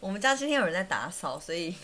我们家今天有人在打扫，所以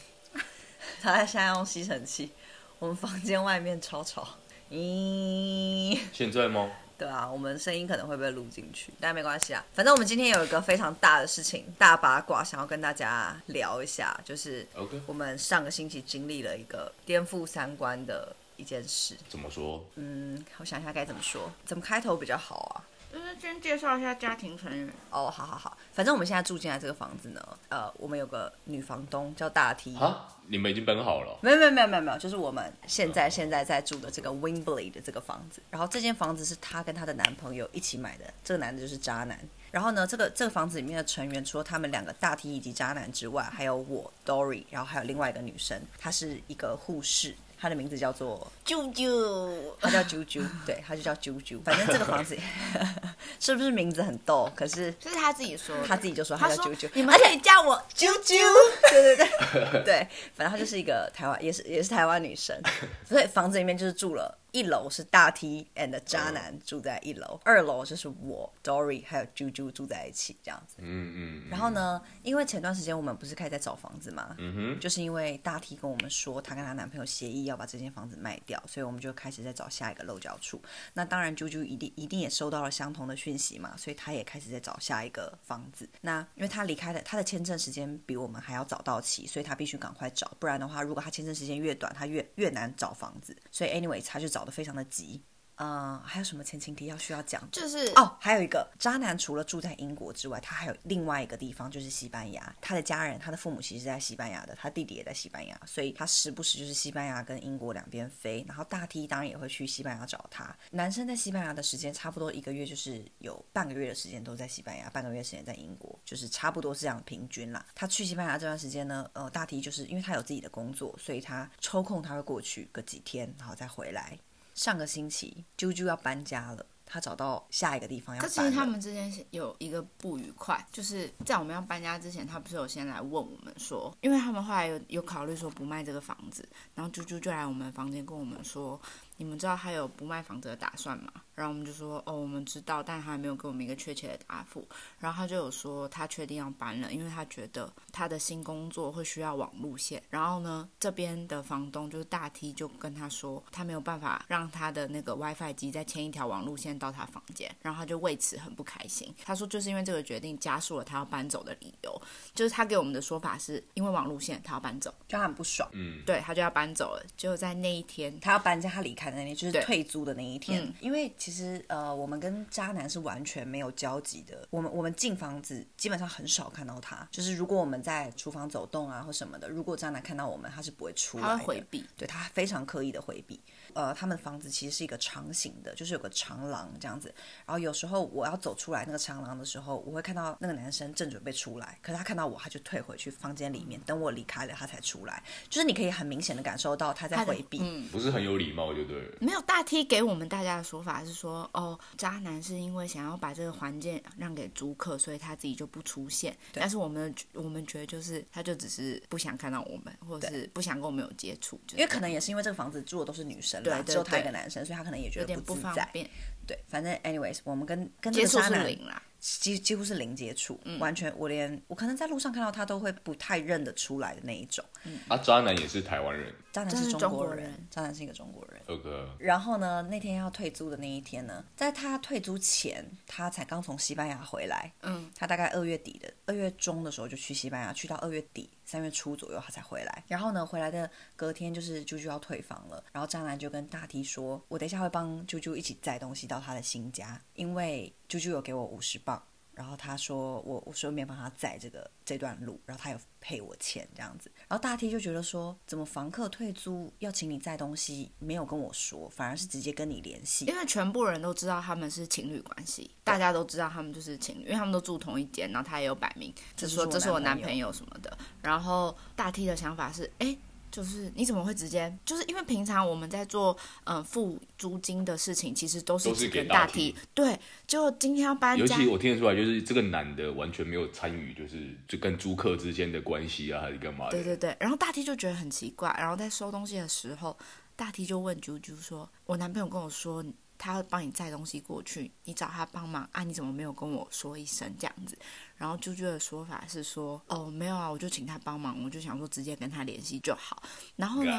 他在现在用吸尘器。我们房间外面超吵，咦，现在吗？对啊，我们声音可能会被录进去，但没关系啊。反正我们今天有一个非常大的事情，大八卦，想要跟大家聊一下，就是 OK 我们上个星期经历了一个颠覆三观的一件事。怎么说？嗯，我想一下该怎么说，怎么开头比较好啊？就是先介绍一下家庭成员，哦，好好好，反正我们现在住进来这个房子呢，呃，我们有个女房东叫大 T。啊，你们已经搬好了？没有没有没有没有没有，就是我们现在现在在住的这个 Wimbley 的这个房子，然后这间房子是她跟她的男朋友一起买的，这个男的就是渣男。然后呢，这个这个房子里面的成员，除了他们两个大 T 以及渣男之外，还有我 Dory，然后还有另外一个女生，她是一个护士，她的名字叫做舅舅，他叫啾啾，对，他就叫啾啾。反正这个房子 是不是名字很逗？可是这是他自己说的，他自己就说他他叫说啾啾，你而们且可以叫我啾啾， 对对对对，反正她就是一个台湾，也是也是台湾女生， 所以房子里面就是住了一楼是大 T and 渣男嗯住在一楼，二楼就是我 Dory 还有啾啾住在一起这样子。嗯嗯。然后呢，因为前段时间我们不是开始在找房子吗？嗯哼，就是因为大 T 跟我们说，她跟她男朋友协议要把这间房子卖掉，所以我们就开始在找下一个漏脚处。那当然，啾啾一定一定也收到了相同的讯息嘛，所以她也开始在找下一个房子。那因为她离开的，她的签证时间比我们还要早到期，所以她必须赶快找，不然的话，如果她签证时间越短，她越越难找房子。所以 anyway，她就找的非常的急。呃，还有什么前情提要需要讲的？就是哦，还有一个渣男，除了住在英国之外，他还有另外一个地方，就是西班牙。他的家人，他的父母其实是在西班牙的，他弟弟也在西班牙，所以他时不时就是西班牙跟英国两边飞。然后大 T 当然也会去西班牙找他。男生在西班牙的时间差不多一个月，就是有半个月的时间都在西班牙，半个月时间在英国，就是差不多是这样平均啦。他去西班牙这段时间呢，呃，大 T 就是因为他有自己的工作，所以他抽空他会过去个几天，然后再回来。上个星期啾啾要搬家了，他找到下一个地方要可搬了。其实他们之间是有一个不愉快，就是在我们要搬家之前，他不是有先来问我们说，因为他们后来有有考虑说不卖这个房子，然后啾啾就来我们房间跟我们说，你们知道他有不卖房子的打算吗？然后我们就说，哦，我们知道，但他还没有给我们一个确切的答复。然后他就有说，他确定要搬了，因为他觉得他的新工作会需要网路线。然后呢，这边的房东就是大 T 就跟他说，他没有办法让他的那个 WiFi 机再牵一条网路线到他房间，然后他就为此很不开心。他说，就是因为这个决定加速了他要搬走的理由，就是他给我们的说法是因为网路线他要搬走，就他很不爽，嗯，对他就要搬走了。就在那一天，他要搬家，他离开的那天就是对退租的那一天。嗯因为其实呃，我们跟渣男是完全没有交集的。我们我们进房子基本上很少看到他，就是如果我们在厨房走动啊或什么的，如果渣男看到我们，他是不会出来的，他会回避。对他非常刻意的回避。呃，他们房子其实是一个长形的，就是有个长廊这样子。然后有时候我要走出来那个长廊的时候，我会看到那个男生正准备出来，可是他看到我，他就退回去房间里嗯面，等我离开了，他才出来。就是你可以很明显的感受到他在他的回避。嗯不是很有礼貌就对了。没有大 T 给我们大家的说法是说，哦，渣男是因为想要把这个环境让给租客，所以他自己就不出现。对但是我们我们觉得就是，他就只是不想看到我们，或者是不想跟我们有接触，就是因为可能也是因为这个房子住的都是女生啦，对对只有他一对个男生，所以他可能也觉有得点不自方在。便，对，反正 anyways，我们跟跟这接个触渣是男零嗯啦。几几乎是零接触，完全我连我可能在路上看到他都会不太认得出来的那一种。啊，渣男也是台湾人，渣男真是是中中国国人人，渣男是一个中国人。二哥，然后呢，那天要退租的那一天呢，在他退租前，他才刚从西班牙回来。嗯，他大概二月底的二月中的时候就去西班牙，去到二月底三月初左右他才回来。然后呢，回来的隔天就是啾啾要退房了，然后渣男就跟大 T 说：“我等一下会帮啾啾一起载东西到他的新家，因为啾啾有给我五十磅。”然后他说我我顺便帮他载这个这段路，然后他有赔我钱这样子。然后大 T 就觉得说，怎么房客退租要请你载东西，没有跟我说，反而是直接跟你联系因。为全部人都知道他们是情侣关系，大家都知道他们就是情侣，因为他们都住同一间，然后他也有摆明这就就是说我这是我男男朋朋友什么的。然后大 T 的想法是，哎。就是你怎么会直接？就是因为平常我们在做嗯付租金的事情，其实都是都是跟给大大 T T 对。就今天要搬尤家，其我听得出来，就是这个男的完全没有参与，就是就跟租客之间的关系啊，还是干嘛的？对对对，然后大 T 就觉得很奇怪，然后在收东西的时候，大 T 就问啾啾说：“我男朋友跟我说他会帮你载东西过去，你找他帮忙啊？你怎么没有跟我说一声这样子？”然后啾啾的说法是说：“哦，没有啊，我就请他帮忙，我就想说直接跟他联系就好。”然后呢，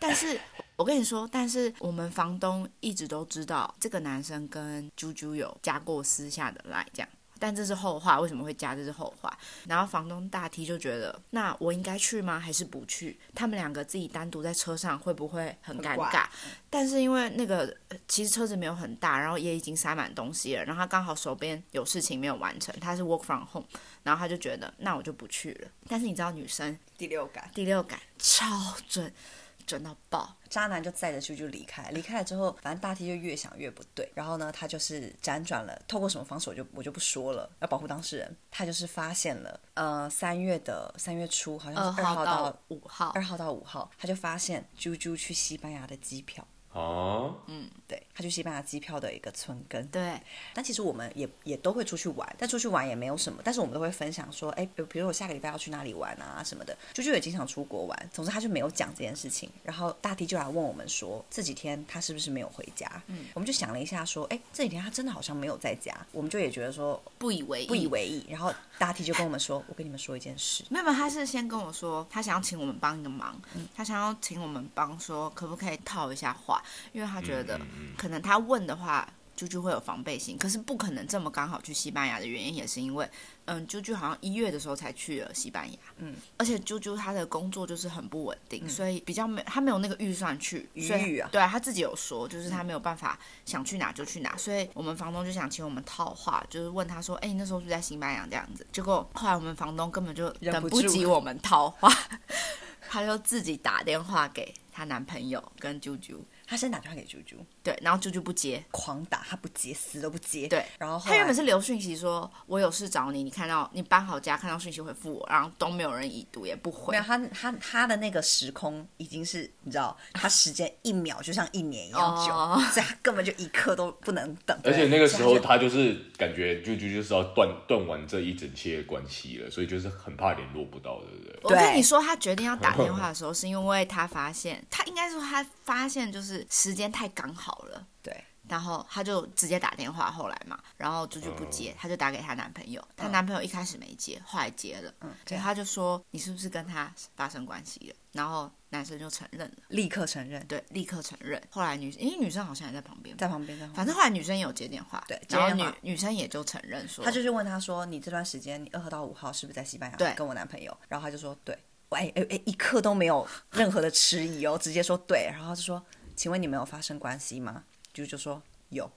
但是我跟你说，但是我们房东一直都知道这个男生跟啾啾有加过私下的赖这样。但这是后话，为什么会加这是后话？然后房东大 T 就觉得，那我应该去吗？还是不去？他们两个自己单独在车上会不会很尴很怪尬？但是因为那个呃其实车子没有很大，然后也已经塞满东西了，然后他刚好手边有事情没有完成，他是 work from home，然后他就觉得那我就不去了。但是你知道女生第六感，第六感超准，准到爆，渣男就载着啾啾离开，离开了之后，反正大 T 就越想越不对，然后呢，他就是辗转了，透过什么方式我就我就不说了，要保护当事人，他就是发现了，呃，三月的三月初呃好像是二号号到五号二，号到五号，他就发现啾啾去西班牙的机票，啊，对他去西班牙机票的一个存根。对，但其实我们也也都会出去玩，但出去玩也没有什么，但是我们都会分享说，哎，比如比如我下个礼拜要去哪里玩啊什么的。啾啾也经常出国玩，总之他就没有讲这件事情。然后大 T 就来问我们说，这几天他是不是没有回家？嗯，我们就想了一下说，哎，这几天他真的好像没有在家，我们就也觉得说不以为意，不以为意。然后大 T 就跟我们说，我跟你们说一件事，没有，没有他是先跟我说，他想要请我们帮一个忙，嗯他想要请我们帮说可不可以套一下话，因为他觉嗯得可能他问的话，啾啾会有防备心，可是不可能这么刚好去西班牙的原因也是因为，嗯，啾啾好像一月的时候才去了西班牙，嗯，而且啾啾他的工作就是很不稳定，所以比较没他没有那个预算去，嗯余所以裕啊对啊，他自己有说，就是他没有办法想去哪就去哪，所以我们房东就想请我们套话，就是问他说，哎、你那时候是不是在西班牙这样子？结果后来我们房东根本就忍等不不住及我们套话， 她就自己打电话给她男朋友跟啾啾，他先打电话给啾啾，对，然后啾啾不接，狂打，他不接，死都不接。对然后后她来原本是留讯息说我有事找你，你看到你搬好家看到讯息回复我，然后都没有人已读也不回没有，他，他他的那个时空已经是你知道，他时间一秒就像一年一样久哦所以他根本就一刻都不能等。而且那个时所候以就他就是感觉就就就是要断断完这一整切关系了，所以就是很怕联络不到，对不对？我对跟你说，她决定要打电话的时候，是因为她发现，她应该说她发现就是时间太刚好了。对，然后她就直接打电话，后来嘛，然后猪猪不接，她就打给她男朋友，她男朋友一开始没接，后来接了，嗯，所嗯对以她就说你是不是跟他发生关系了？然后男生就承认了，立刻承认，对，立刻承认。后来女，因为女生好像也在旁边吧，在旁边，在旁边反正后来女生也有接电话，对然后接电女话女生也就承认说，他就去问他说：“你这段时间，你二号到五号是不是在西班牙？对跟我男朋友。”然后他就说：“对。”哎哎哎，一刻都没有任何的迟疑哦，直接说对。然后就说：“请问你们有发生关系吗？”就就说有。哦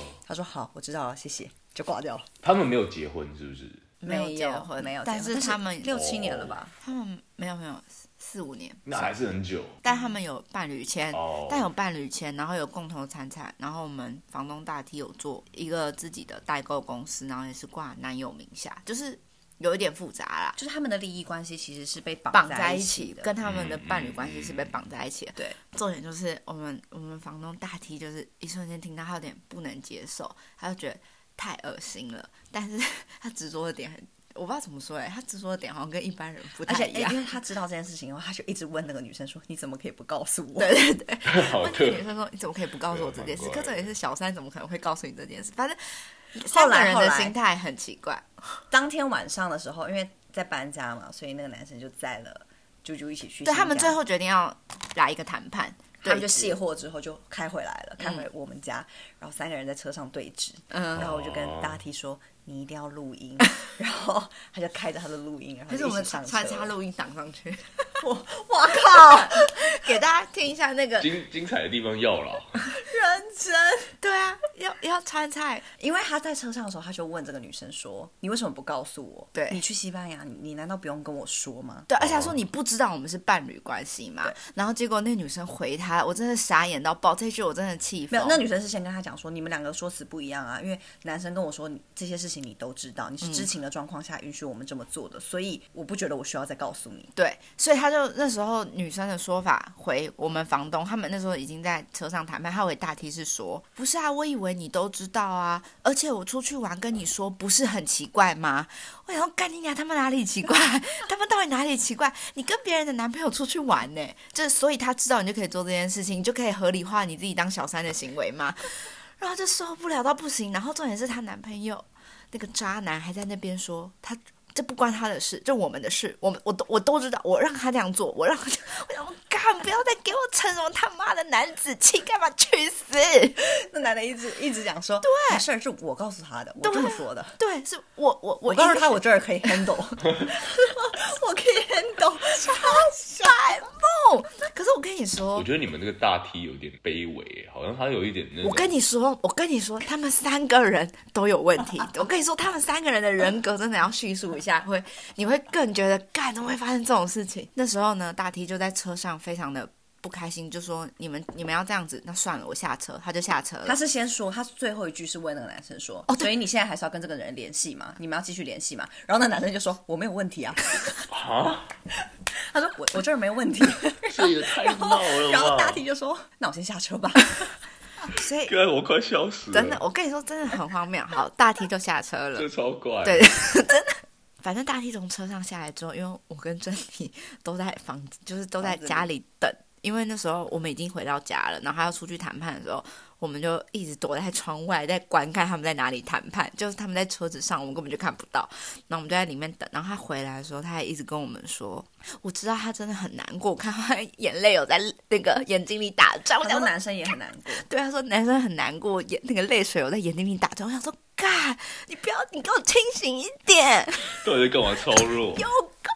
嗯，他说：“好，我知道了，谢谢。”就挂掉了。他们没有结婚是不是？没有结婚没有结婚，但是他们六七年了吧？他们没有没有四四五年，那还是很久。但他们有伴侣签，哦但有伴侣签，然后有共同财产，然后我们房东大 T 有做一个自己的代购公司，然后也是挂男友名下，就是有一点复杂啦。就是他们的利益关系其实是被绑绑在在一起起的，跟他们的嗯伴侣关系是被绑在一起的。对，重点就是我们我们房东大 T 就是一瞬间听到他有点不能接受，他就觉得太恶心了，但是 他执着的点很。我不知道怎么说哎、他执着的点好像跟一般人不而且太一哎样。因为他知道这件事情以后，他就一直问那个女生说：“你怎么可以不告诉我？”对对对，好 问特题女生说：“你怎么可以不告诉我这件事？”对可蛮怪的重点是小三怎么可能会告诉你这件事？反正后三个来人后的来心态很奇怪。当天晚上的时候，因为在搬家嘛，所以那个男生就载了啾啾一起去新疆。对他们最后决定要来一个谈判，他们对就峙卸货之后就开回来了，开回我们家，然后三个人在车上对峙。嗯哦然后我就跟大 T 说：“你一定要录 音。”然后他就开着他的录音，然后就是就我一们起上穿车。插录音档上去， 我，哇靠， 给大家听一下那个。精精彩的地方要了，认真。对啊，要要川菜，因为他在车上的时候，他就问这个女生说：“你为什么不告诉我？对你去西班牙，你你难道不用跟我说吗对，而且他说你不知道我们是伴侣关系嘛哦对，然后结果那女生回他，我真的傻眼到爆，这句我真的气？”没疯有，。那女生是先跟他讲说：“你们两个说辞不一样啊，因为男生跟我说你这些事情你都知道，你是知情的状况下允许我们这么做的，所以我不觉得我需要再告诉你。对，所以他就那时候女生的说法回我们房东，他们那时候已经在车上谈判，他回大 T 是说，不是啊，我以为你都知道啊，而且我出去玩跟你说不是很奇怪吗？我想要干你娘，他们哪里奇怪？ 他们到底哪里奇怪？你跟别人的男朋友出去玩呢、这所以他知道你就可以做这件事情，你就可以合理化你自己当小三的行为嘛。然后就受不了到不行，然后重点是她男朋友那个渣男还在那边说他。这不关他的事，这我们的事，我们我都我都知道，我让他这样做，我让他，我想我干，不要再给我逞什么他妈的男子气，干嘛去死？ 那男的一直一直讲说，对，事儿是我告诉他的，我这么说的。对，是我我我我告诉他，我这儿可以 handle，我 可以 handle，超傻。白梦。可是我跟你我说，觉得你们这个大 T 有点卑微，好像他有一点那种我跟你说，我跟你说，他们三个人都有问题。我跟你说，他们三个人的人格真的要叙述一下，会你会更觉得干怎么会发生这种事情？那时候呢，大 T 就在车上非常的。不开心就说你们你们要这样子，那算了，我下车，他就下车了他。是先说，他最后一句是问那个男生说，哦，所以你现在还是要跟这个人联系吗？你们要继续联系吗？然后那男生就说，我没有问题啊。啊，他 说我我这儿没有问题。这也太闹了然后大吧！体就说，那我先下车吧。所以哥，我快笑死了，真的，我跟你说，真的很荒谬。好，大 T 就下车了这。超怪，对，真的。反正大 T 从车上下来之后，因为我跟珍妮 都在房子，就是都在房子里家里等，因为那时候我们已经回到家了，然后他要出去谈判的时候，我们就一直躲在窗外在观看他们在哪里谈判，就是他们在车子上，我们根本就看不到，然后我们就在里面等，然后他回来的时候，他还一直跟我们说，我知道他真的很难过，我看到他眼泪有在那个眼睛里打 转，我他说想说男生也很难过，对，他说男生很难过，眼那个泪水我在眼睛里打转。我想说，干，你不要，你给我清醒一点，到底在干嘛超弱？有够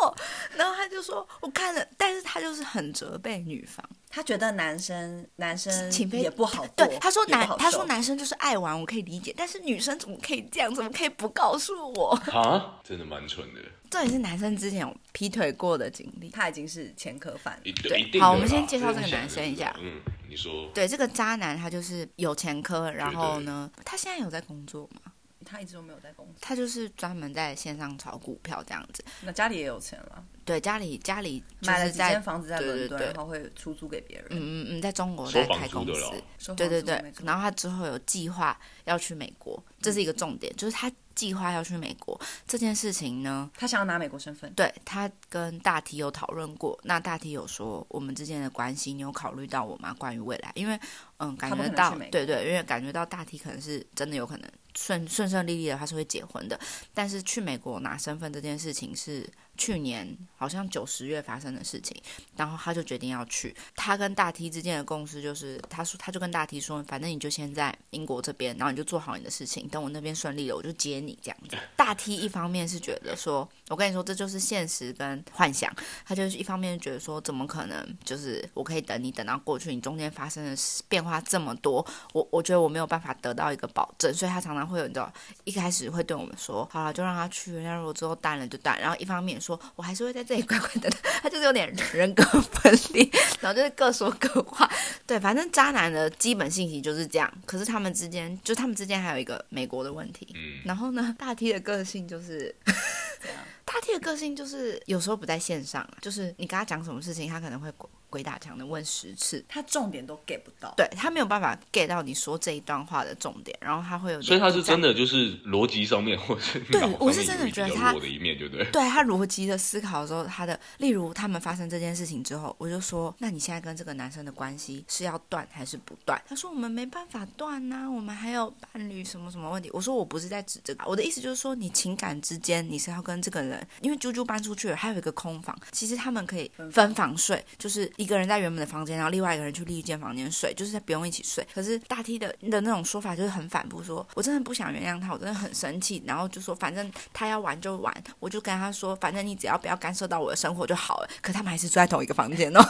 弱。然后他就说，我看了，但是他就是很责备女方，他觉得男生男生请被也不好过对，他说也不男好，他说受男生就是爱玩，我可以理解，但是女生怎么可以这样，怎么可以不告诉我？啊，真的蛮蠢的，这也是男生之前有劈腿过的经历。他已经是前科犯了。一对一定的啦好我们先介绍这个男生一下嗯，你说，对，这个渣男他就是有前科，然后呢，他现在有在工作嘛？他一直都没有在工作，他就是专门在线上炒股票这样子。那家里也有钱了，对，家里家里就买了是几在间房子在对伦对敦，对然后会出租给别人，嗯嗯嗯，在中国收在房开租公的司咯，收房对对租对那。种然后他之后有计划要去美国，这是一个重点，就是他计划要去美国这件事情呢，他想要拿美国身份，对他跟大体有讨论过。那大体有说我们之间的关系，你有考虑到我吗？关于未来，因为嗯，感他不觉可能到去美国对对，因为感觉到大体可能是真的有可能顺顺顺利利的，他是会结婚的。但是去美国拿身份这件事情是去年好像九十月发生的事情，然后他就决定要去。他跟大 T 之间的共识就是，他说他就跟大 T 说，反正你就先在英国这边，然后你就做好你的事情，等我那边顺利了，我就接你这样子。大 T 一方面是觉得说，我跟你说这就是现实跟幻想，他就是一方面觉得说，怎么可能就是我可以等你等到过去，你中间发生的事变化这么多，我我觉得我没有办法得到一个保证，所以他常常会有你知道一开始会对我们说，好了，就让他去，那如果之后淡了就淡。然后一方面说，我还是会在这里乖乖等他，他就是有点人格分裂，然后就是各说各话。对，反正渣男的基本信息就是这样。可是他们之间，就他们之间还有一个美国的问题。嗯，然后呢， 大 T 的个性就是。 大 T 的个性就是有时候不在线上啊，就是你跟他讲什么事情，他可能会鬼鬼打墙的问十次，他重点都 get 不到。对他没有办法 get 到你说这一段话的重点，然后他会有点所以他是不在真的就是逻辑上面或者是脑对上面我是真的觉得有一他比较弱的一面，对不对？，对他逻辑的思考的时候，他的例如他们发生这件事情之后，我就说，那你现在跟这个男生的关系是要断还是不断？他说我们没办法断呐、我们还有伴侣什么什么问题。我说我不是在指这个，我的意思就是说，你情感之间你是要跟这个人，因为啾啾搬出去了，还有一个空房，其实他们可以分房睡，就是一个人在原本的房间，然后另外一个人去另一间房间睡，就是不用一起睡。可是大 T 的的那种说法就是很反驳说我真的不想原谅他，我真的很生气，然后就说反正他要玩就玩，我就跟他说，反正你只要不要干涉到我的生活就好了。可他们还是住在同一个房间哦。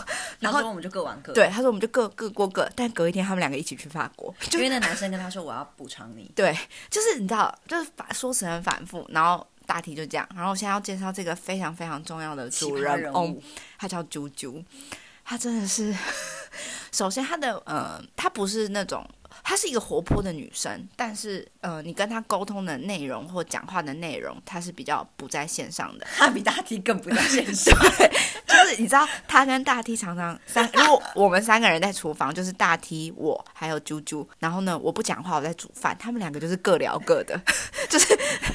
然然后后我们就各玩各，，对，他说我们就各各过各，但隔一天他们两个一起去法国，就因为那男生跟他说我要补偿 你，对，就是你知道，就是反说辞很反复，然后大体就这样。然后我现在要介绍这个非常非常重要的主奇葩人 翁物，他叫啾啾，他真的是， 首先他的呃，他不是那种。她是一个活泼的女生，但是呃，你跟她沟通的内容或讲话的内容，她是比较不在线上的。 他比大 T 更不在现实。就是你知道，他跟大 T 常常三，如果我们三个人在厨房，就是大 T 我还有啾啾，然后呢我不讲话，我在煮饭，他们两个就是各聊各的，就是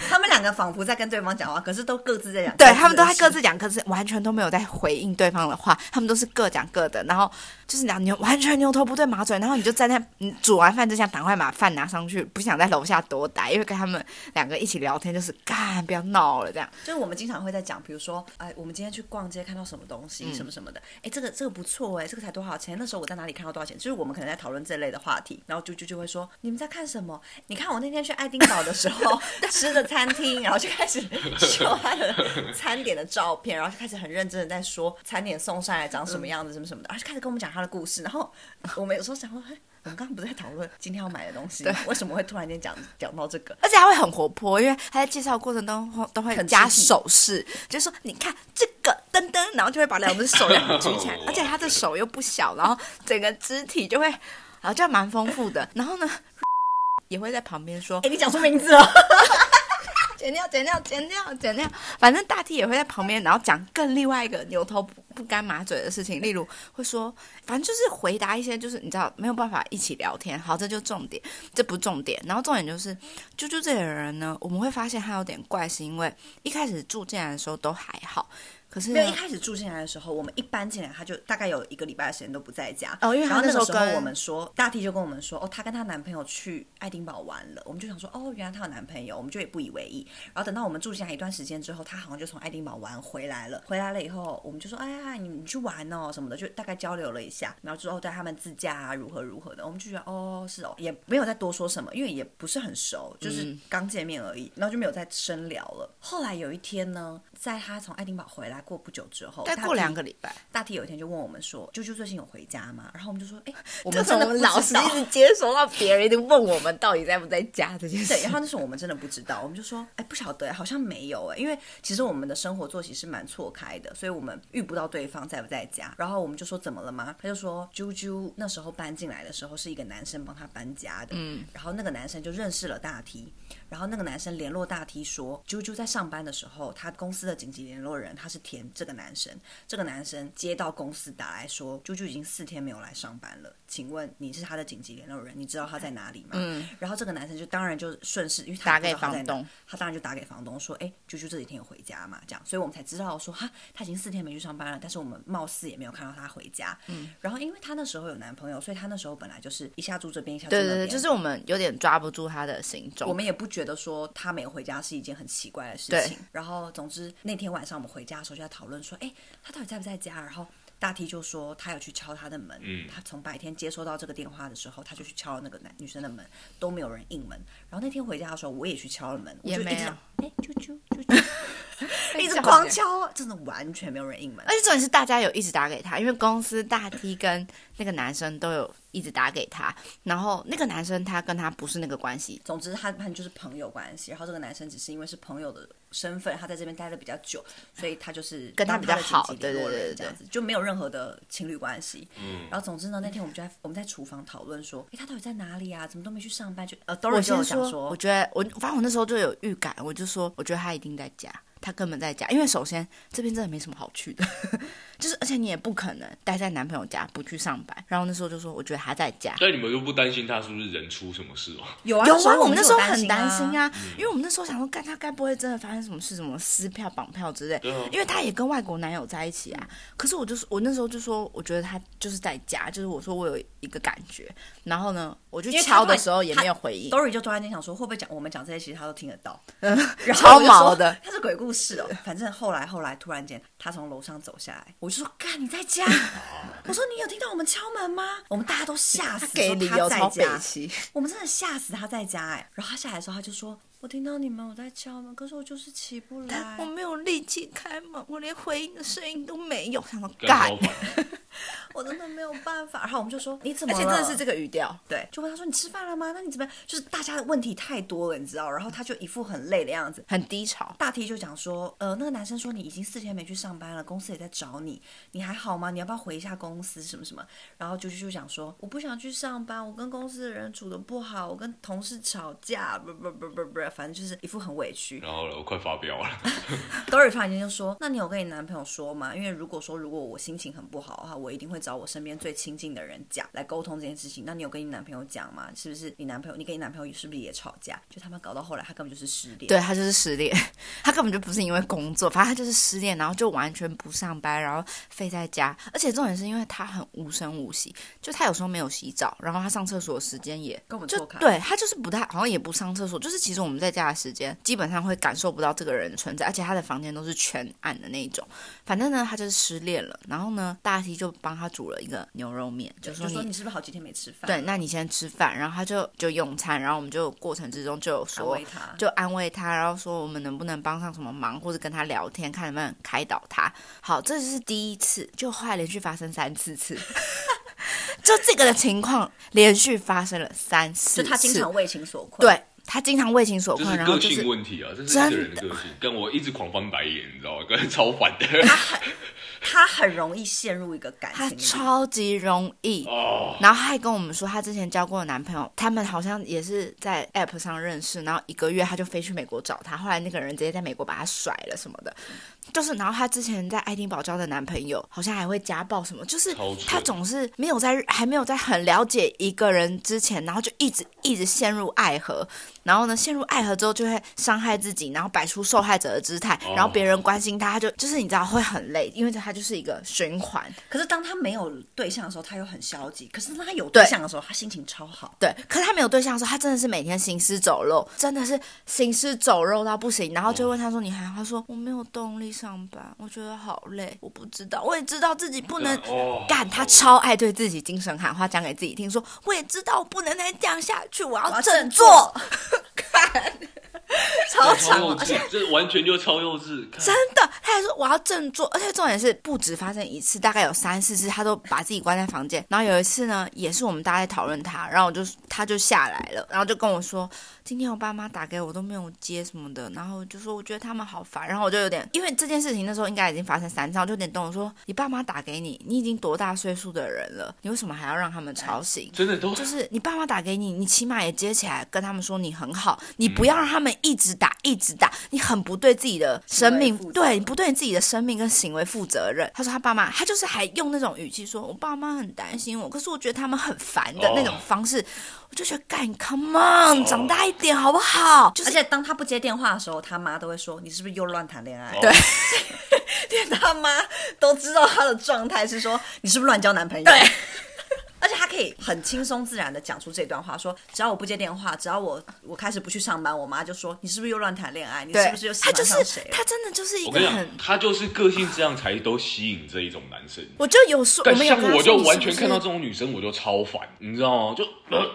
他们两个仿佛在跟对方讲话，可是都各自在讲，对他们都在各自的事。自讲各自，完全都没有在回应对方的话，他们都是各讲各的，然后就是你知道你完全牛头不对马嘴，然后你就站在你煮完饭就想赶快把饭拿上去，不想在楼下多待，因为跟他们两个一起聊天就是干不要闹了这样，就是我们经常会在讲，比如说，哎，我们今天去逛街看到什么东西，什么什么的，哎，这个这个不错哎，这个才多少钱？那时候我在哪里看到多少钱？就是我们可能在讨论这类的话题，然后啾啾就会说，你们在看什么？你看我那天去爱丁堡的时候吃的餐厅，然后就开始秀他的餐点的照片，然后就开始很认真的在说餐点送上来长什么样子，什么什么的，然后就开始跟我们讲他的故事，然后我们有时候想说，嘿我们刚刚不是在讨论今天要买的东西，为什么会突然间讲讲到这个？而且他会很活泼，因为他在介绍的过程当中都会很加肢体手势，就说你看这个噔噔，然后就会把两只手这样举 起来而且他的手又不小，然后整个肢体就会，然后就蛮丰富的，然后呢 也会在旁边说哎，你讲出名字了。剪掉，剪掉，剪掉，剪掉。反正大 T 也会在旁边，然后讲更另外一个牛头不不干马嘴的事情，例如会说，反正就是回答一些，就是你知道没有办法一起聊天。好，这就重点，这不重点。然后重点就是，啾啾这个人呢，我们会发现他有点怪，是因为一开始住进来的时候都还好，可是呢啊没有一开始住进来的时候，我们一搬进来，他就大概有一个礼拜的时间都不在家。哦因为然他后那个那时候时候跟我们说，大 T 就跟我们说，哦，她跟她男朋友去爱丁堡玩了，我们就想说，哦，原来她有男朋友，我们就也不以为意。然后等到我们住进来一段时间之后，她好像就从爱丁堡玩回来了。回来了以后，我们就说，哎呀，你你去玩哦什么的，就大概交流了一下，然后之后带他们自驾啊，如何如何的，我们就觉得，哦，是哦，也没有再多说什么，因为也不是很熟，就是刚见面而已，然后就没有再深聊了。嗯后来有一天呢，在她从爱丁堡回来过不久之后，再大过 T- 两个礼拜，大 T 有一天就问我们说：“啾啾最近有回家吗？”然后我们就说：“哎、我 我们真的不知道老是一直接收到别人一直问我们到底在不在家这件 事对，。然后那时候我们真的不知道，我们就说，哎，不晓得，好像没有哎，因为其实我们的生活作息是蛮错开的，所以我们遇不到对方在不在家。然后我们就说怎么了吗？他就说，啾啾那时候搬进来的时候是一个男生帮他搬家的，嗯，然后那个男生就认识了大 T，然后那个男生联络大 T 说，啾啾在上班的时候，他公司的紧急联络人他是填这个男生，这个男生接到公司打来说，啾啾已经四天没有来上班了，请问你是他的紧急联络人，你知道他在哪里吗？嗯，然后这个男生就当然就顺势，因为他打也不知道他在给房哪东，他当然就打给房东说，哎，啾啾这几天有回家嘛？这样，所以我们才知道说，哈，他已经四天没去上班了，但是我们貌似也没有看到他回家。嗯，然后因为他那时候有男朋友，所以他那时候本来就是一下住这边，一下住那对边，对对，就是我们有点抓不住他的行踪。我们也不觉得说他没有回家是一件很奇怪的事情对。然后，总之那天晚上我们回家的时候就在讨论说，哎，他到底在不在家？然后大 T 就说他有去敲他的门。嗯他从白天接收到这个电话的时候，他就去敲那个男女生的门，都没有人应门。然后那天回家的时候，我也去敲了门，我也就一没直 有想哎，啾啾啾啾，一直狂敲，真的完全没有人应门而。且重点是大家有一直打给他，因为公司大 T 跟那个男生都有一直打给他，然后那个男生他跟他不是那个关系，总之他，他们就是朋友关系。然后这个男生只是因为是朋友的身份，他在这边待的比较久，所以他就是跟他当比较的紧好急对联络对对人对这对样子就没有任何的情侣关系。嗯，然后总之呢，那天我们就在我们在厨房讨论说，诶，他到底在哪里啊？怎么都没去上班？就呃，都我是就先有讲说，我觉得我反正我那时候就有预感，我就说我觉得他一定在家，他根本在家，因为首先这边真的没什么好去的， 就是而且你也不可能待在男朋友家不去上班，然后那时候就说我觉得他在家，但你们又不担心他是不是人出什么事哦？有啊有有啊，我们们那时就候有很担心心。啊，因为我们那时候想说，干他该不会真的发生什么事，什么撕票、绑票之类对啊，因为他也跟外国男友在一起啊。可是我就是我那时候就说，我觉得他就是在家，就是我说我有一个感觉，然后呢，我去因为他敲突然的时候也没有回应， Dory 就突然间想说，会不会讲我们讲这些，其实他都听得到， 然后超我就说毛的，他是鬼故事哦。反正后来后来，突然间他从楼上走下来，我就说：“干，你在家？”我说：“你有听到我们敲门吗？”我们大家都吓死，哦给说理他由在超北家齐。我们真的吓死他在家哎、然后他下来的时候，他就说：“我听到你们我在敲门，可是我就是起不来我，没有力气开门，我连回应的声音都没有，想说干干超，烦，我真的没有办法。”然后我们就说：“你怎而么且了？”真的是这个语调。对，就问他说：“你吃饭了吗？那你怎么样？”就是大家的问题太多了，你知道。然后他就一副很累的样子。很低潮，大 T 就讲说，呃，那个男生说你已经四天没去上班了，公司也在找你，你还好吗？你要不要回一下公司什么什么？然后啾啾就讲说，我不想去上班，我跟公司的人处的不好，我跟同事吵架，不不不不不。 whatever，反正就是一副很委屈。然后呢，我快发飙了。 Dory 突然间就说：“那你有跟你男朋友说吗？因为如果说如果我心情很不好的话，我一定会找我身边最亲近的人讲来沟通这件事情。那你有跟你男朋友讲吗？是不是你男朋友？你跟你男朋友是不是也吵架？就他们搞到后来，他根本就是失恋。对他就是失恋， 他根本就不是因为工作，反正他就是失恋，然后就完全不上班，然后废在家。而且重点是因为他很无声无息，就他有时候没有洗澡，然后他上厕所的时间也跟我们就错开对他就是不太好像也不上厕所，就是其实我们在家的时间基本上会感受不到这个人的存在，而且他的房间都是全暗的那一种。反正呢，他就是失恋了，然后呢，大 T 就帮他煮了一个牛肉面，就就说说你你是不是好几天没吃饭？对，那你先吃饭，然后他就就用餐，然后我们就过程之中就有安说慰他。就安慰他，然后说我们能不能帮上什么忙，或者跟他聊天，看能不能开导他。好，这就是第一次，就后来连续发生三四次， 就这个的情况连续发生了三四就次，他经常为情所困。对他经常为情所就困，是然后个就性是问题啊，这是一个人的个性。跟我一直狂翻白眼，你知道吗？ 跟超烦的。他很容易陷入一个感他情里。超级容易。哦，然后他还跟我们说，他之前交过的男朋友，他们好像也是在 App 上认识，然后一个月他就飞去美国找他，后来那个人直接在美国把他甩了什么的，就是然后他之前在爱丁堡交的男朋友，好像还会家暴什么，就是超扯他总是没有在还没有在很了解一个人之前，然后就一直一直陷入爱河，然后呢陷入爱河之后就会伤害自己，然后摆出受害者的姿态，哦然后别人关心他，他就就是你知道会很累，因为他就是一个循环。可是当他没有对象的时候，他又很消极；可是当他有对对象的时候，他心情超好。对，可是他没有对象的时候，他真的是每天行尸走肉，真的是行尸走肉到不行。然后就问他说：“你还好？”他说：“我没有动力上班，我觉得好累，我不知道，我也知道自己不能哦干。”他超爱对自己精神喊话，讲给自己听，说：“我也知道我不能再这样下去，我我要要振振作 作。超超长幼了，而且稚，这完全就超幼稚。看真的，他还说我要振作，而且重点是不止发生一次，大概有三四次，他都把自己关在房间。然后有一次呢，也是我们大家在讨论他，然后我就他就下来了，然后就跟我说，今天我爸妈打给我都没有接什么的，然后我就说我觉得他们好烦，然后我就有点因为这件事情那时候应该已经发生三次，我就有点动容说，你爸妈打给你，你已经多大岁数的人了，你为什么还要让他们吵醒？真的都就是你爸妈打给你，你起码也接起来，跟他们说你很好，你嗯不要让他们一直打一直打，你很不对自己的生命行为负，责对，你不对你自己的生命跟行为负责任。他说他爸妈，他就是还用那种语气说，我爸妈很担心我，可是我觉得他们很烦的哦那种方式，我就觉得干，come on，长大一点好不好？就而是且当他不接电话的时候，他妈都会说：“你是不是又乱谈恋哦爱对， 连他妈都知道他的状态是说：“你是不是乱交男朋友？”对。 而且他可以很轻松自然的讲出这段话，说只要我不接电话，只要我我开始不去上班，我妈就说你是不是又乱谈恋爱，你对，是不是又喜他欢就是上谁了？他真的就是一我个跟你很讲，。他就是个性这样才都吸引这一种男生。我就有说，我但们有像跟他我说就你是完不全是看到这种女生，我就超烦，你知道吗？就呃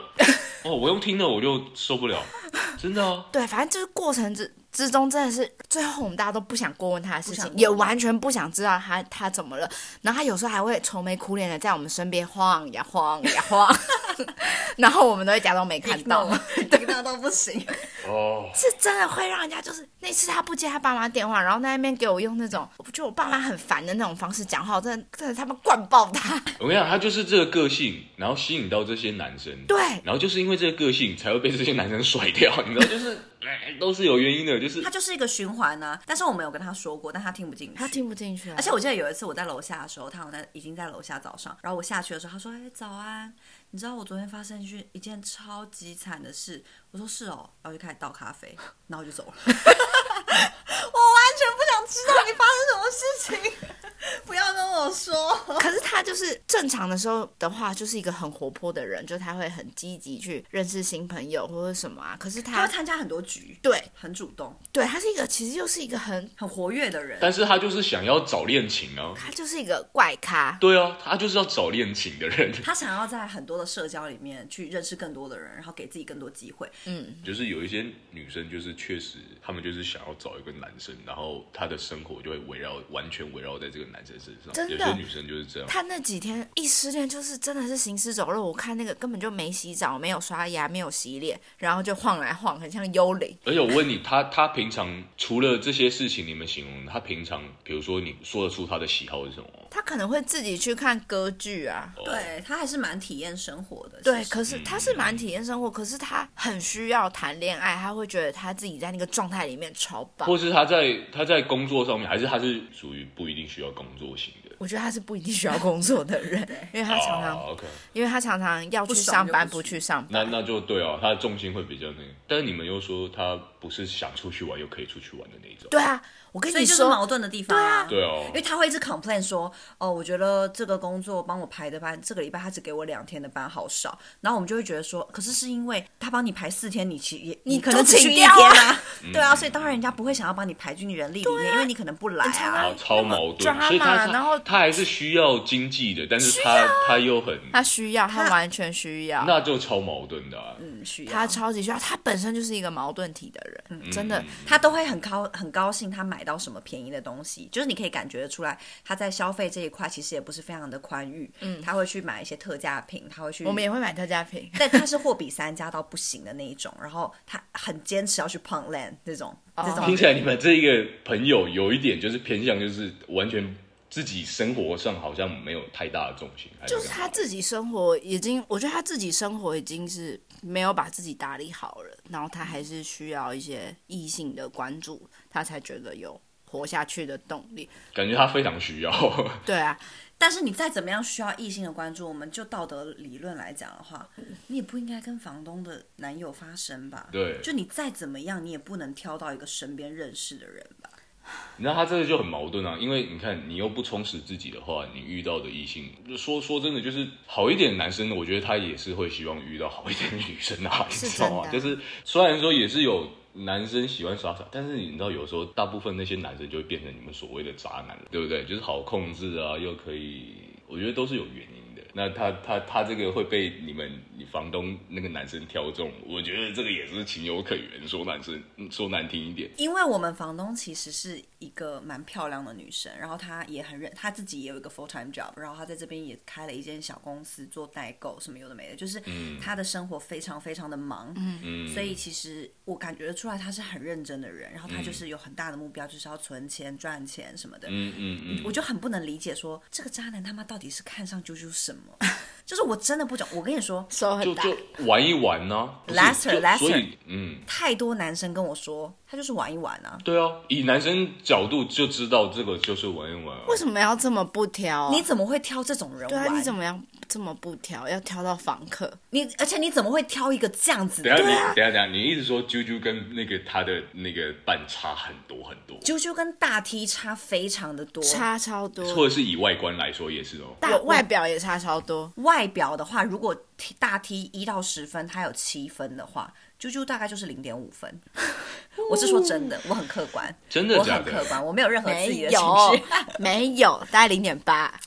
哦，我用听的我就受不了，真的 啊。对，反正就是过程之之中，真的是最后我们大家都不想过问他的事不想情过，问也完全不想知道他他怎么了。然后他有时候还会愁眉苦脸的在我们身边晃呀晃呀晃， 然后我们都会假装没 看到。听到到不行。 哦， 是真的会让人家就是那次他不接他爸妈电话，然后在那边给我用那种我觉得我爸妈很烦的那种方式讲话，我真的真的他妈灌爆他。 我跟你讲，他就是这个个性，然后吸引到这些男生。对然后就是因为这个个性，才会被这些男生甩掉，你知道，就是 哎都是有原因的，就是他就是一个循环呢、但是我没有跟他说过，但他听不进去。他听不进去、啊，而且我记得有一次我在楼下的时候，他好像在已经在楼下早上，然后我下去的时候，他说：“哎，早安，你知道我昨天发生一件一件超级惨的事。”我说：“是哦。”然后就开始倒咖啡，然后我就走了。 我完全不想知道你发生什么事情，不要跟我说。 可是他就是正常的时候的话，就是一个很活泼的人，就他会很积极去认识新朋友或者什么啊。可是他他会参加很多局，对很主动，对，他是一个其实又是一个很，很活跃的人。但是他就是想要找恋情啊，他就是一个怪咖。对啊，他就是要找恋情的人， 他想要在很多的社交里面去认识更多的人，然后给自己更多机会。就是有一些女生就是确实，她们就是想要找一个男生，然后她的生活就会围绕完全围绕在这个男生身上，真的有些女生就是这样。他那几天一失恋就是真的是行尸走肉，我看那个根本就没洗澡、没有刷牙、没有洗脸，然后就晃来晃，很像幽灵。而且我问你，他他平常除了这些事情，你们形容他平常，比如说你说得出他的喜好是什么吗？他可能会自己去看歌剧啊，哦，对他还是蛮体验生活的。对，其实可是他是蛮体验生活，可是他很需要谈恋爱，他会觉得他自己在那个状态里面超棒。或是他在他在工作上面，还是他是属于不一定需要工作型的。我觉得他是不一定需要工作 的人，因为他常常， o k 因为他常常要去不爽上就班，不不去去上哦那班。那就对啊，他的重心会比较那个。但是你们又说他不是想出去玩又可以出去玩的那种。对啊，我跟所你以就是说，矛盾的地方啊。对哦因为他会一直 complain 说，哦，我觉得这个工作帮我排的班，这个礼拜他只给我两天的班，好少。然后我们就会觉得说，可是是因为他帮你排四天，你其也你可能就只去请一掉天啊啊，对啊，所以当然人家不会想要把你排进人力里面，因为你可能不来啊常啊常啊，。超矛那么盾，所以他 drama，然后他还是需要经济的，但是他他又很，他需要，他他完全需要。那就超矛盾的、啊。嗯，需要他超级需要，他本身就是一个矛盾体的人，嗯真嗯的。他都会很高很高兴，他买到什么便宜的东西，就是你可以感觉得出来，他在消费这一块其实也不是非常的宽裕，嗯，他会去买一些特价品，他会去我们也会买特价品但他是货比三家到不行的那一种，然后他很坚持要去 Poundland 这种哦这种听起来你们这一个朋友有一点就是偏向，就是完全自己生活上好像没有太大的重心，还就是干他嘛自己生活已经，我觉得他自己生活已经是没有把自己打理好了，然后他还是需要一些异性的关注，他才觉得有活下去的动力。感觉他非常需要。 对啊，但是你再怎么样需要异性的关注，我们就道德理论来讲的话，你也不应该跟房东的男友发生吧？对就你再怎么样，你也不能挑到一个身边认识的人吧？你知道他这个就很矛盾啊，因为你看你又不充实自己的话，你遇到的异性，就说说真的，就是好一点的男生，我觉得他也是会希望遇到好一点的女生啊，你是知道吗？真的就是虽然说也是有男生喜欢耍耍，但是你知道有时候大部分那些男生就会变成你们所谓的渣男，对不对？就是好控制啊，又可以，我觉得都是有原因的。那他他他这个会被你们你房东那个男生挑中，我觉得这个也是情有可原。说男生嗯说难听一点，因为我们房东其实是一个蛮漂亮的女生，然后她也很认，她自己也有一个 full time job，然后她在这边也开了一间小公司做代购，什么有的没的，就是她的生活非常非常的忙，嗯，所以其实我感觉得出来她是很认真的人，然后嗯她就是有很大的目标，就是要存钱、赚钱什么的。嗯嗯嗯，我就很不能理解说，这个渣男他妈到底是看上啾啾什么？就是我真的不懂。我跟你说，手就很大。就玩一玩呢、不是 Lesser，就 lesser 所以嗯，太多男生跟我说，他就是玩一玩啊，对啊，以男生角度就知道这个就是玩一玩、啊。为什么要这么不挑、啊你怎么会挑这种人哦对玩？啊，你怎么要这么不挑？要挑到房客？你而且你怎么会挑一个这样子等一下的？啊你、等一下等一下，你一直说啾啾跟那个他的那个伴差很多很多，啾啾跟大 T 差非常的多。差超多，或者是以外观来说也是哦。大外表也差超多。外表的话，如果 T- 大 T 一到十分，他有七分的话，啾啾大概就是零点五 分。我是说真的，我很客观，真的我假很的客观，我没有任何自没己的情有绪。，没有，大概零点八。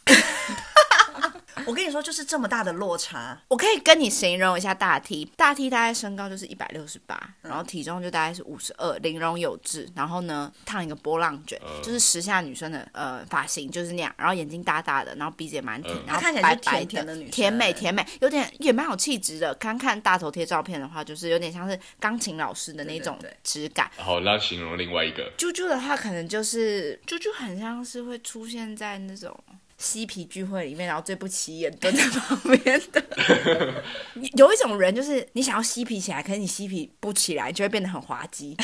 我跟你说，就是这么大的落差，我可以跟你形容一下大 T，大 T 大概身高就是一百六十八，然后体重就大概是五十二，玲珑有致，然后呢烫一个波浪卷，嗯就是时下女生的呃发型就是那样，然后眼睛大大的，然后鼻子也蛮挺，嗯然她后看起白来就是白甜甜的女生甜美甜美，有点也蛮有气质的。刚看大头贴照片的话，就是有点像是钢琴老师的那种对对对质感。好，那形容另外一个，啾啾的话，可能就是啾啾很像是会出现在那种嬉皮聚会里面，然后最不起眼蹲在旁边的。 有一种人就是你想要嬉皮起来，可是你嬉皮不起来，就会变得很滑稽。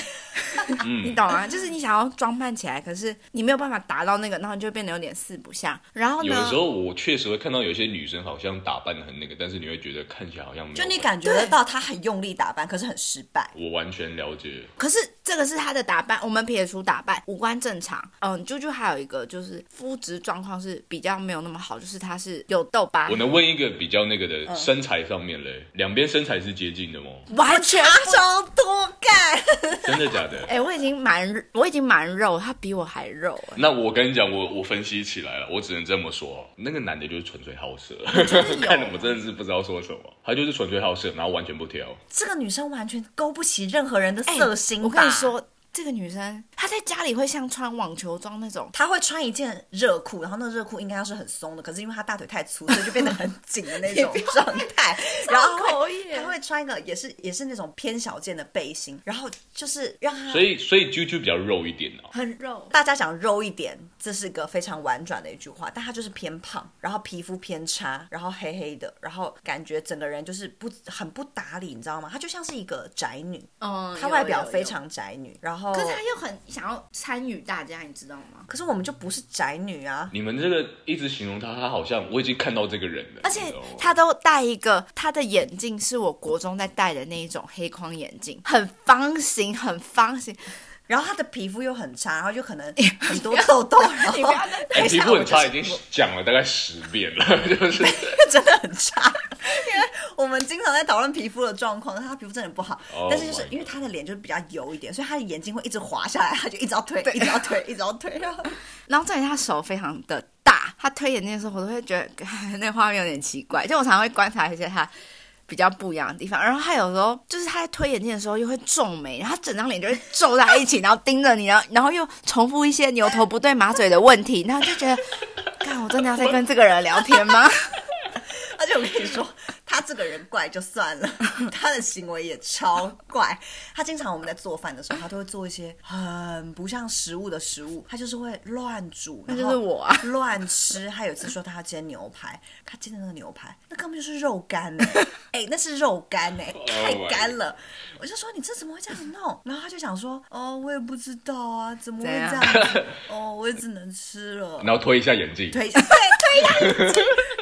嗯你懂啊？就是你想要装扮起来，可是你没有办法达到那个，然后你就会变得有点四不像。然后有的呢时，候我确实会看到有些女生好像打扮得很那个，但是你会觉得看起来好像没有。就你感觉得到他很用力打扮，可是很失败。我完全了解，可是这个是她的打扮，我们撇除打扮，五官正常。嗯，啾啾还有一个就是肤质状况是比较没有那么好，就是她是有痘疤我。能问一个比较那个的身材上面嘞，两边身材是接近的吗？哦 完全差超多 干，真的假的？哎、我已经蛮我已经蛮肉，他比我还肉、哎，那我跟你讲，我我分析起来了，我只能这么说，那个男的就是纯粹 好色，有看的我真的是不知道说什么，他就是纯粹好色，然后完全不挑。这个女生完全勾不起任何人的色心、哎我跟你，说，这个女生她在家里会像穿网球装那种，她会穿一件热裤，然后那热裤应该要是很松的，可是因为她大腿太粗，所以就变得很紧的那种 你不状态。然后超她口会语她会穿一个也是也是那种偏小件的背心，然后就是让她所以所以啾啾比较肉一点哦、很肉，大家讲肉一点，这是个非常婉转的一句话，但她就是偏胖，然后皮肤偏差，然后黑黑的，然后感觉整个人就是不很不打理，你知道吗？她就像是一个宅女，嗯，她外表有非，常宅女，然后有有可是她又很想要参与大家，你知道吗？可是我们就不是宅女啊，你们这个一直形容他，他好像我已经看到这个人了，而且你知道吗她都戴一个，她的眼镜是我国中在戴的那一种黑框眼镜，很方形，很方形。然后她的皮肤又很差，然后就可能很多痘痘，然你不后要再哎、皮肤很差，已等经一下我就是讲了大概十遍了， 就是 真的很差。因为我们经常在讨论皮肤的状况，但她皮肤真的不好 Oh 但是就是 my 因为她的脸就是比较油一点，所以她的眼睛会一直滑下来，她就一直要推，一直要推，一直要推。然后然后重点是他手非常的大，他推眼镜的时候，我都会觉得哎那画面有点奇怪，就我常常会观察一些他比较不一样的地方。然后他有时候就是他在推眼镜的时候又会皱眉，然后他整张脸就会皱在一起，然后盯着你，然后然后又重复一些牛头不对马嘴的问题，然后就觉得，看我真的要再跟这个人聊天吗？ 而且我跟你说，她这个人怪就算了，她的行为也超怪。她经常我们在做饭的时候，她都会做一些很不像食物的食物，她就是会乱煮，那就是我啊，乱吃。她有一次说她要煎牛排，她煎的那个牛排，那根本就是肉干呢、哎、那是肉干呢、太 my 干了。我就说你这怎么会这样弄？然后她就想说，哦，我也不知道啊，怎么会怎样这样子？哦，我也只能吃了。然后推一下眼镜，推对推她一下，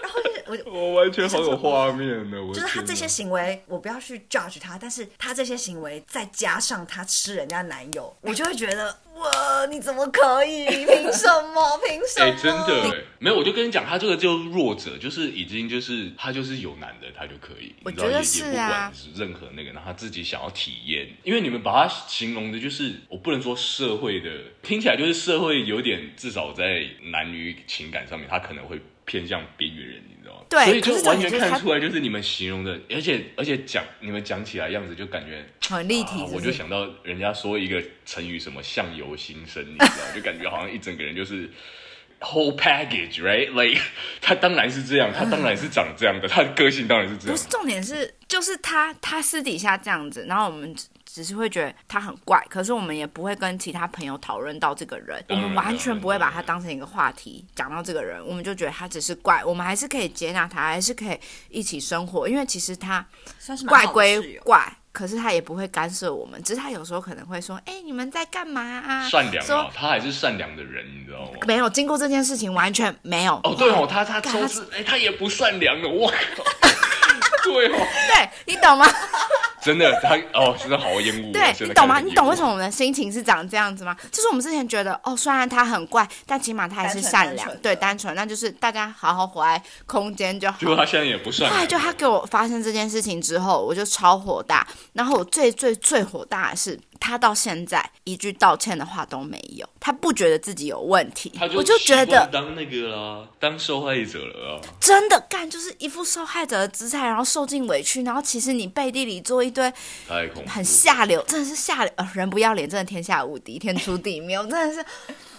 然后就是我就我完全好有画面哦呢，我就是他天哪这些行为，我不要去 judge 他，但是他这些行为再加上他吃人家男友，我就会觉得哇，你怎么可以？ 凭什么？凭什么？哎、真啊的哎，没有，我就跟你讲，他这个就弱者，就是已经就是他就是有男的，他就可以，我你知道觉得也是也不啊管是任何那个，然后他自己想要体验，因为你们把他形容的就是，我不能说社会的，听起来就是社会有点，至少在男女情感上面，他可能会偏向边缘人，你知道吗？对所以可是就重完点全就是他看出来，就是你们形容的，而且而且讲你们讲起来样子，就感觉很立啊体是不是我就想到人家说一个成语什么“相由心生”，你知道，就感觉好像一整个人就是 whole package，right？Like 他当然是这样，他当然是长这样的，他的个性当然是这不样是。重点是，就是他他私底下这样子，然后我们只只是会觉得他很怪，可是我们也不会跟其他朋友讨论到这个人，我当然们完全不会把他当成一个话题讲到这个人，我们就觉得他只是怪，我们还是可以接纳他，还是可以一起生活，因为其实他算是蛮怪好的室归友怪。可是他也不会干涉我们，只是他有时候可能会说：“哎、你们在干嘛啊？”善良说啊，他还是善良的人，你知道吗？没有经过这件事情，完全没有。哦，对哦，他他干周他是，哎，他也不善良的，我靠，对哦， 对你懂吗？真的，他哦，真的好厌恶哦，对真的你懂吗？看着你懂为厌恶什么我们的心情是长这样子吗？就是我们之前觉得，哦，虽然他很怪，但起码他还是单纯善良，单纯的对，单纯，那就是大家好好活在空间就好。就他现在也不善后来良，就他给我发生这件事情之后，我就超火大。然后我最最最火大的是，他到现在一句道歉的话都没有，他不觉得自己有问题他，我就习觉惯得当那个啦，当受害者了啊。真的干就是一副受害者的姿态，然后受尽委屈，然后其实你背地里做一堆太恐怖了，很下流，真的是下流，呃、人不要脸，真的天下无敌，天诛地灭。我 真的是，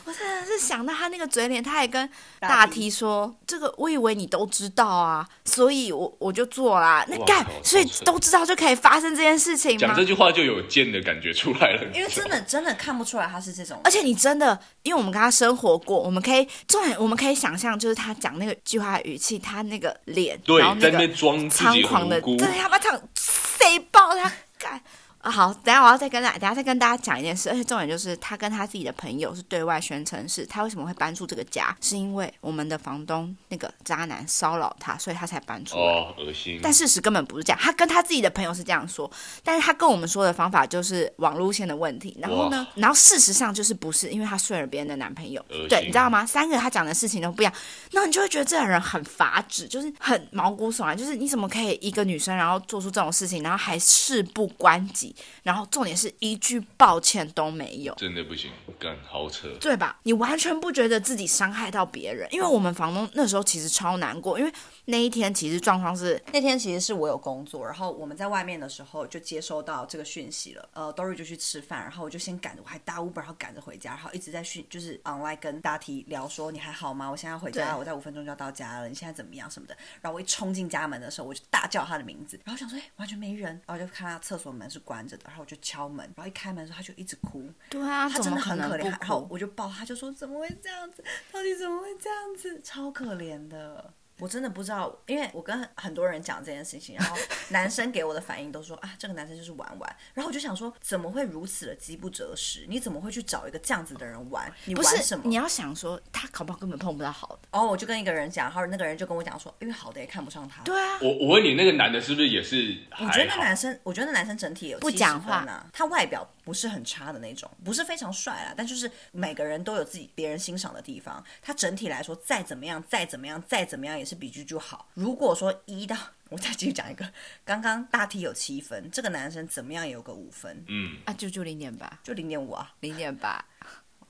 我真的是想到他那个嘴脸，他还跟大大 T 提说：“这个我以为你都知道啊，所以我我就做啦。”那哇干靠，所以超扯都知道就可以发生这件事情讲吗这？句话就有贱的感觉出来了，因为真的真的看不出来他是这种而，且你真的，因为我们跟他生活过，我们可以重点，我们可以想象，就是他讲那个句话的语气，他那个脸，对然后，在那那个边装自猖己狂很的，无辜真，的他妈想塞爆他干。啊好，等一下我要再跟大等一下再跟大家讲一件事，而且重点就是他跟他自己的朋友是对外宣称是他为什么会搬出这个家，是因为我们的房东那个渣男骚扰他，所以他才搬出来。哦，恶心。但事实根本不是这样，他跟他自己的朋友是这样说，但是他跟我们说的方法就是网路线的问题。然后呢，然后事实上就是不是，因为他睡了别人的男朋友恶，心对，你知道吗？三个他讲的事情都不一样，那你就会觉得这个人很法治，就是很毛骨悚然，就是你怎么可以一个女生然后做出这种事情，然后还事不关己，气，然后重点是一句抱歉都没有。真的不行，干好扯。对吧？你完全不觉得自己伤害到别人，因为我们房东那时候其实超难过，因为那一天其实状况是那天其实是我有工作，然后我们在外面的时候就接收到这个讯息了。呃，Dory 就去吃饭，然后我就先赶着，我还搭 Uber，然后赶着回家，然后一直在讯就是 online 跟大 T 聊说你还好吗？我现在要回家，对我在五分钟就要到家了，你现在怎么样什么的。然后我一冲进家门的时候，我就大叫他的名字，然后想说哎完全没人，然后就看他厕所门是关着的，然后我就敲门，然后一开门的时候他就一直哭，对啊，他怎真么的很能可不怜，然后哭？我就抱他，就说怎么会这样子？到底怎么会这样子？超可怜的。我真的不知道，因为我跟很多人讲这件事情， 然后男生给我的反应都说啊，这个男生就是玩玩。然后我就想说，怎么会如此的饥不择食？你怎么会去找一个这样子的人玩？你不玩是什，么你？要想说他搞不好根本碰不到好的。然后我就跟一个人讲，然后那个人就跟我讲说，因为好的也看不上他。对啊，我我问你，那个男的是不是也是还我好？觉得那男生，我觉得那男生整体也有不70讲话分啊，他外表不是很差的那种，不是非常帅啊，但就是每个人都有自己别人欣赏的地方。他整体来说再怎么样，再怎么样，再怎么样也是比居居好。如果说一到我再继续讲一个， 刚刚大 T 有七分，这个男生怎么样也有个五分，嗯，啊，就就零点八，就零点五啊，零点八，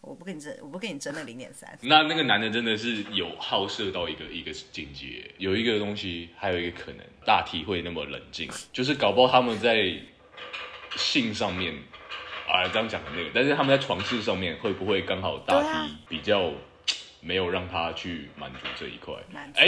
我不跟你争，我不跟你争那零点三。那那个男的真的是有好色到一个一个境界。有一个东西，还有一个可能，大体会那么冷静，就是搞不好他们在性上面啊，刚讲的那个，但是他们在床事上面会不会刚好大对啊体比较没有让他去满足这一块满？足哎、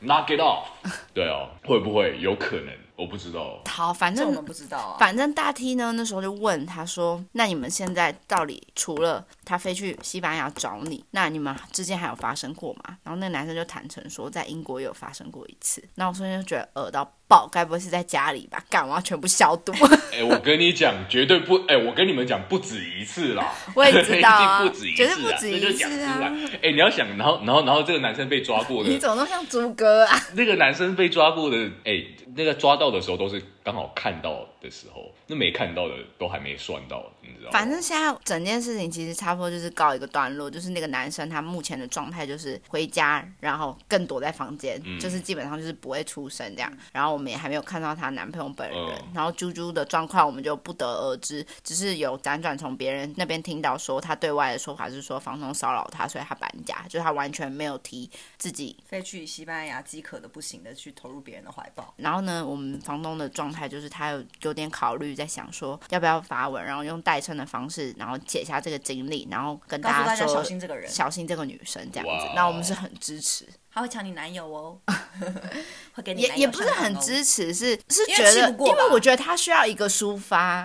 n o c k it off！对哦，会不会有可能？我不知道。好，反这我正们不知道啊。反正大 T 呢，那时候就问他说：“那你们现在到底除了他飞去西班牙找你，那你们之间还有发生过吗？”然后那个男生就坦诚说，在英国有发生过一次。那我瞬间就觉得恶到爆，该不会是在家里吧？干，我要全部消毒。哎、我跟你讲，绝对不，哎、我跟你们讲，不止一次啦。 我也知道 啊一定不止一次绝啊，对不止一次啊这就讲出来。哎、你要想，然后，然后，然后这个男生被抓过 你的，怎么都像猪哥啊？那个男生被抓过的，哎、那个抓到的时候都是刚好看到的时候，那没看到的都还没算到，你知道吗？反正现在整件事情其实差不多就是告一个段落，就是那个男生他目前的状态就是回家，然后更躲在房间，嗯就是基本上就是不会出声这样。然后我们也还没有看到她男朋友本人，嗯然后猪猪的状况我们就不得而知，只是有辗转从别人那边听到说他对外的说法是说房东骚扰他，所以他搬家，就是他完全没有提自己飞去西班牙，饥渴的不行的，去投入别人的怀抱。然后呢，我们房东的状态就是他有有点考虑，在想说要不要发文，然后用代称的方式，然后写下这个经历，然后跟告诉大家家说小心这个人，小心这个女生这样子哇哦。那我们是很支持，他会抢你男友哦， 会给你也男友也不是上当很哦支持，是是因为觉得，气不过吧因为我觉得他需要一个抒发，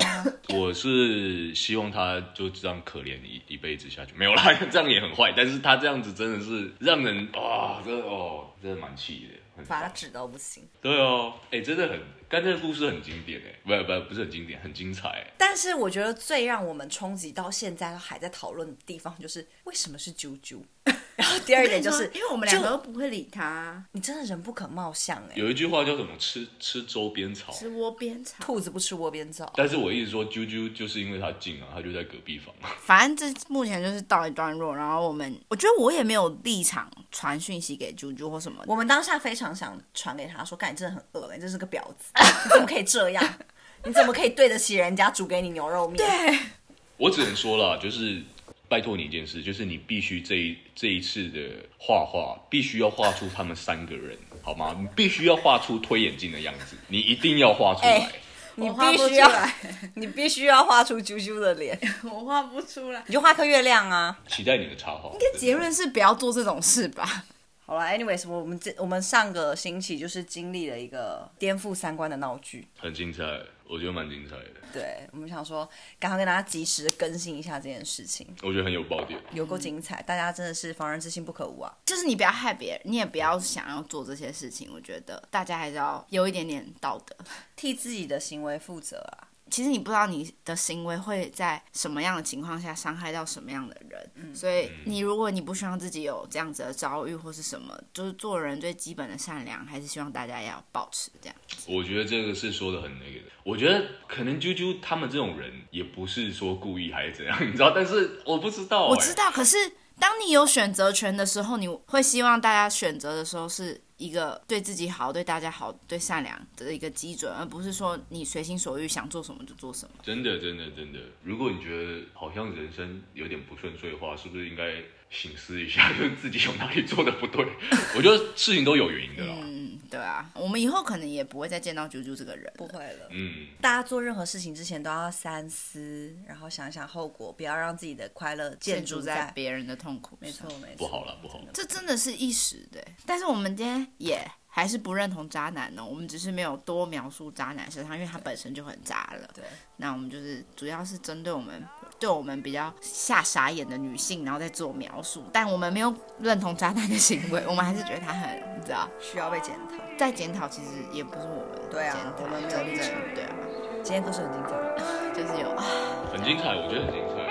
我是希望他就这样可怜一一辈子下去，没有啦， 这样也很坏，但是他这样子真的是让人啊，真的哦，真的蛮气的，很烦法治都不行。对哦，哎、真的很，刚才的故事很经典哎，不不不是很经典，很精彩哎。但是我觉得最让我们冲击到现在都还在讨论的地方，就是为什么是啾 啾。然后第二点就是，因为我们两两个个都都不会理他，你真的人不可貌相哎、有一句话叫什么？吃吃周边草。是窝边草。兔子不吃窝边草。但是我一直说啾啾就是因为他近啊，他就在隔壁房。 反正这目前就是到一段落，然后我们，我觉得我也没有立场传讯息给猪猪或什么的，我们当下非常想传给他说：“干，你真的很恶、欸，你真是个婊子，你怎么可以这 样？你怎么可以对得起人家煮给你牛肉面？”对，我只能说啦，就是拜托你一件事，就是你必须这一这一次的画画必须要画出他们三个人，好吗？你必须要画出推眼镜的样子，你一定要画出来。哎你我画必不须出要，来 你必须要画出啾啾的脸，我画不出来。你就画颗月亮啊。期待你的插画。这结论是不要做这种事吧？好了，anyways，我们这我们上个星期就是经历了一个颠覆三观的闹剧。很精彩，我觉得蛮精彩的，对，我们想说，赶快跟大家及时地更新一下这件事情，我觉得很有爆点。有够精彩，大家真的是防人之心不可无啊！就是你不要害别人，你也不要想要做这些事情。我觉得大家还是要有一点点道德。替自己的行为负责啊！其实你不知道你的行为会在什么样的情况下伤害到什么样的人，所以你如果你不希望自己有这样子的遭遇或是什么，就是做人最基本的善良，还是希望大家要保持这样。我觉得这个是说的很那个的。我觉得可能啾啾他们这种人也不是说故意还是怎样， 你知道？但是我不知道、哦哎欸，我知道，可是当你有选择权的时候，你会希望大家选择的时候是一个对自己好、对大家好、对善良的一个基准，而不是说你随心所欲想做什么就做什么。真的，真的，真的。如果你觉得好像人生有点不顺遂的话，是不是应该醒思一下， 就是自己有哪里做的不对？ 我觉得事情都有原因的啦。嗯，对啊，我们以后可能也不会再见到啾啾这个人了。不会了。嗯，大家做任何事情之前都要三思，然后想想后果，不要让自己的快乐建建筑筑在在别人的痛苦没上错，，没错，不好了不好了真的这真的是一时的。欸但是我们今天也还是不认同渣男哦呢、我们只是没有多描述渣男身上，因为他本身就很渣了。对，那我们就是主要是针对我们对我们比较吓傻眼的女性，然后再做描述。但我们没有认同渣男的行为，我们还是觉得他很，你知道，需要被检讨。在检讨其实也不是我们对啊检讨我们没有真立正场对啊，今天故事很精彩。就是有啊。很精彩，我觉得很精彩。